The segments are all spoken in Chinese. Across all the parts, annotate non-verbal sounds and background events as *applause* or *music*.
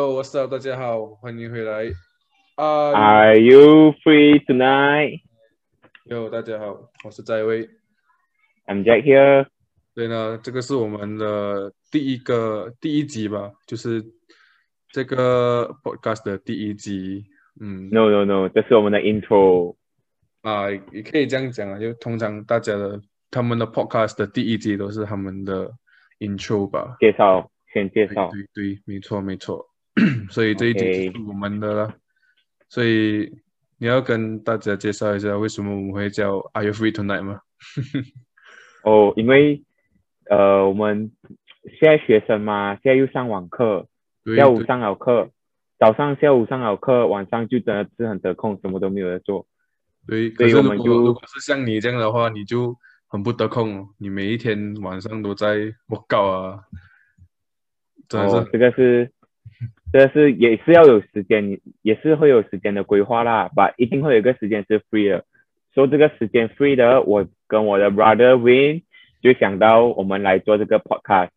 Hello，What's up？大家好，欢迎回来。啊、 Are you free tonight? 哟，大家好，我是在威。 I'm Jack here. 对呢，这个是我们的第一个第一集吧，就是这个 podcast 的第一集。嗯， No, no, no，这是我们的 intro。啊，也可以这样讲啊，就通常大家的他们的 podcast 的第一集都是他们的 intro 吧。介绍，先介绍。对对，没错没错。 *coughs* 所以这一集 OK 就是我们的啦。所以你要跟大家介绍一下为什么我们会叫 Are You Free Tonight 吗？哦，因为呃，我们现在学生嘛，现在又上网课，对下午对上好课，早上、下午上好课，晚上就真的是很得空，什么都没有得做。对，可所以是我如们果就如果是像你这样的话，你就很不得空哦，你每一天晚上都在 w o 啊，真的是、哦，这个是，这个是也是要有时间，你也是会有时间的规划啦，把一定会有一个时间是 free 的。说、这个时间 free 的，我跟我的 brother Win 就想到我们来做这个 podcast，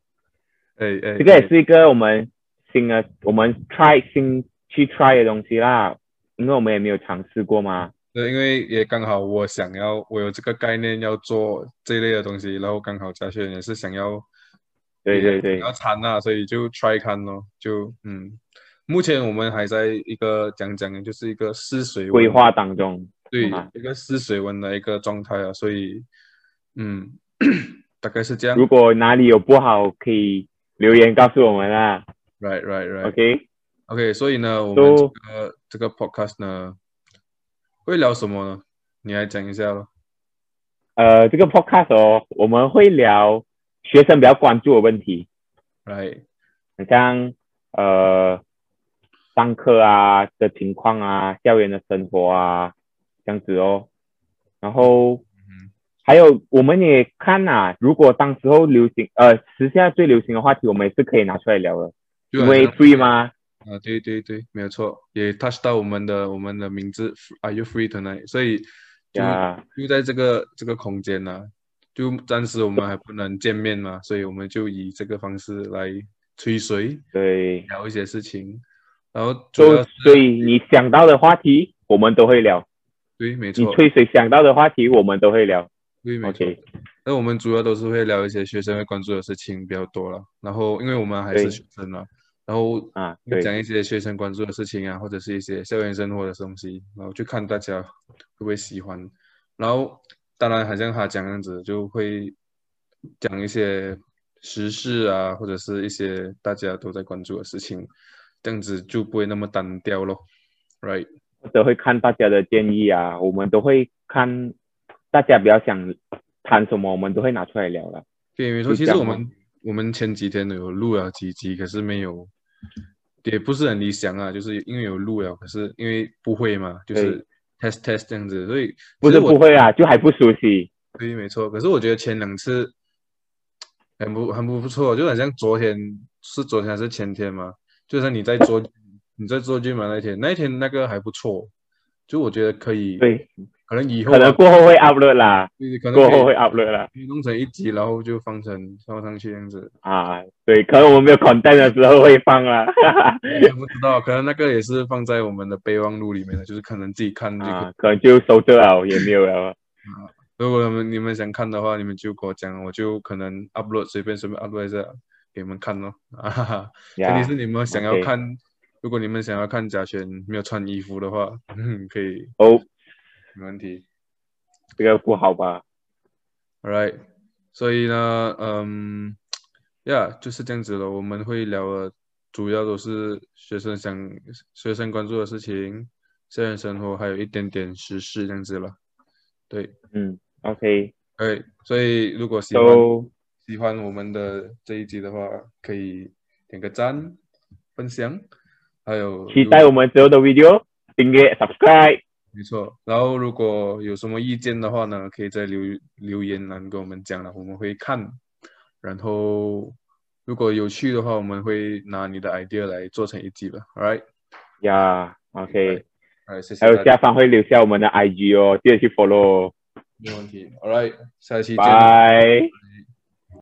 哎哎，这个哎也是一个我们新的，我们 try 新去 try 的东西啦，因为我们也没有尝试过嘛。对，因为也刚好我想要，我有这个概念要做这一类的东西，然后刚好嘉轩也是想要，对对也对想要参啊，所以就 try 看咯，就嗯，目前我们还在一个讲讲，就是一个试水温规划当中，对嘛一个试水温的一个状态啊，所以嗯， *coughs* 大概是这样如果哪里有不好，可以留言告诉我们啦。 ，right right right。 OK， OK，所以呢，我们 So- 这个这个 podcast 呢，会聊什么呢？你来讲一下咯。呃，这个 podcast 哦，我们会聊学生比较关注的问题，来，很像呃上课啊的情况啊，校园的生活啊这样子哦。然后嗯还有我们也看啊，如果当时候流行呃时下最流行的话题，我们也是可以拿出来聊的，就因好为像 free 嘛，啊，对对对，没有错，也 touch 到我们的我们的名字，Are you free tonight？所以就呀、就在这个这个空间呢、就暂时我们还不能见面嘛，所以我们就以这个方式来吹水，对，聊一些事情，然后主所要以是所以你想到的话题，我们都会聊；对，没你错，吹水想到的话题，我们都会聊。对，没错。 OK。那我们主要都是会聊一些学生会关注的事情比较多了，然后因为我们还是对学生嘛，然后啊，会对，讲一些学生关注的事情啊，或者是一些校园生活的东西，然后就看大家会不会喜欢。然后当然，好像他讲这样子，就会讲一些时事啊，或者是一些大家都在关注的事情，这样子就不会那么单调咯。Right，或者会看大家的建议啊，我们都会看大家比较想谈什么，我们都会拿出来聊了。对，没错。就其这实样我们我们前几天有录了几集，可是没有，也不是很理想啊，就是因为有录了，可是因为不会嘛，就是对 test test 这样子，所以不其是实我不会啊，就还不熟悉。对，没错。可是我觉得前两次很不很不不错，就很像昨天是昨天还是前天嘛，就是你在做你在做剧嘛那一天，那一天那个还不错，就我觉得可以，对，可能以后可能啊过后会 upload 啦，对可能过可以后会 upload 啦。可以弄成一集，然后就放成放上去这样子。啊，对，可能我们没有 content 的时候会放 *laughs* 啦。我不知道，可能那个也是放在我们的备忘录里面的，就是可能自己看就可以。啊，可能就收着了，也没有了。如果你们你们想看的话，你们就跟我讲，我就可能 upload 随便随便 upload 一下给你们看咯。 *laughs* 啊哈哈，呀肯定是你们想要 OK 看。如果你们想要看贾轩没有穿衣服的话， *laughs* 嗯，可以，哦，没问题。这个不好吧？ All right，所以呢，嗯，呀，就是这样子了。我们会聊的，主要都是学生想学生关注的事情，校园生活，还有一点点时事这样子了。对，嗯，OK，哎，所以如果喜欢都喜欢我们的这一集的话，可以点个赞、分享，还有期待我们之后的 video，订阅 subscribe。没错，然后如果有什么意见的话呢，可以在留留言栏跟我们讲了，我们会看。然后如果有趣的话，我们会拿你的 idea 来做成一集吧。All right，呀，OK，好，谢谢还有大家，下方会留下我们的 IG 哦，记得去 follow 哦。没问题。All right，下期见。 Bye.